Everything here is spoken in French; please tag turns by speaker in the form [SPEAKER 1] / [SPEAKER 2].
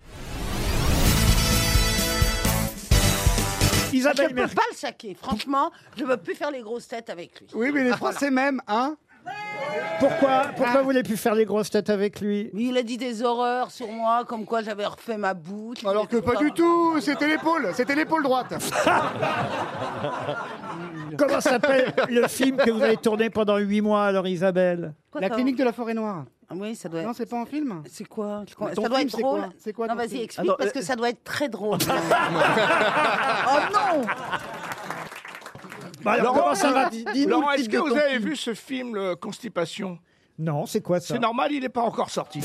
[SPEAKER 1] Bah,
[SPEAKER 2] Isabelle
[SPEAKER 3] Je ne
[SPEAKER 2] Merc-
[SPEAKER 3] peux pas le saquer. Franchement, je ne veux plus faire les grosses têtes avec lui.
[SPEAKER 1] Oui, mais les Français même, hein
[SPEAKER 2] Pourquoi,
[SPEAKER 4] Ah.
[SPEAKER 2] pourquoi vous voulez plus faire les grosses têtes avec lui
[SPEAKER 3] Mais il a dit des horreurs sur moi, comme quoi j'avais refait ma bouche.
[SPEAKER 1] Alors que pas du tout, c'était l'épaule, c'était l'épaule droite.
[SPEAKER 2] Comment s'appelle le film que vous avez tourné pendant huit mois, alors Isabelle
[SPEAKER 3] Quoi,
[SPEAKER 1] La
[SPEAKER 3] ça-
[SPEAKER 1] clinique de la forêt noire.
[SPEAKER 3] Ah Oui, ça doit
[SPEAKER 1] Non,
[SPEAKER 3] être.
[SPEAKER 1] c'est pas en film
[SPEAKER 3] C'est quoi Je comprends-
[SPEAKER 1] ton
[SPEAKER 3] Ça doit
[SPEAKER 1] film,
[SPEAKER 3] être
[SPEAKER 1] c'est quoi
[SPEAKER 3] drôle.
[SPEAKER 1] C'est quoi
[SPEAKER 3] Non,
[SPEAKER 1] ton
[SPEAKER 3] vas-y,
[SPEAKER 1] film euh,
[SPEAKER 3] explique parce que ça doit être très drôle. oh non
[SPEAKER 2] Bah alors, comment ça va Dis- dis-nous
[SPEAKER 4] Laurent,
[SPEAKER 2] le
[SPEAKER 4] est-ce
[SPEAKER 2] titre
[SPEAKER 4] que
[SPEAKER 2] de
[SPEAKER 4] vous
[SPEAKER 2] ton
[SPEAKER 4] avez
[SPEAKER 2] film.
[SPEAKER 4] vu ce film euh, Constipation
[SPEAKER 2] Non, c'est quoi ça
[SPEAKER 4] C'est normal, il n'est pas encore sorti.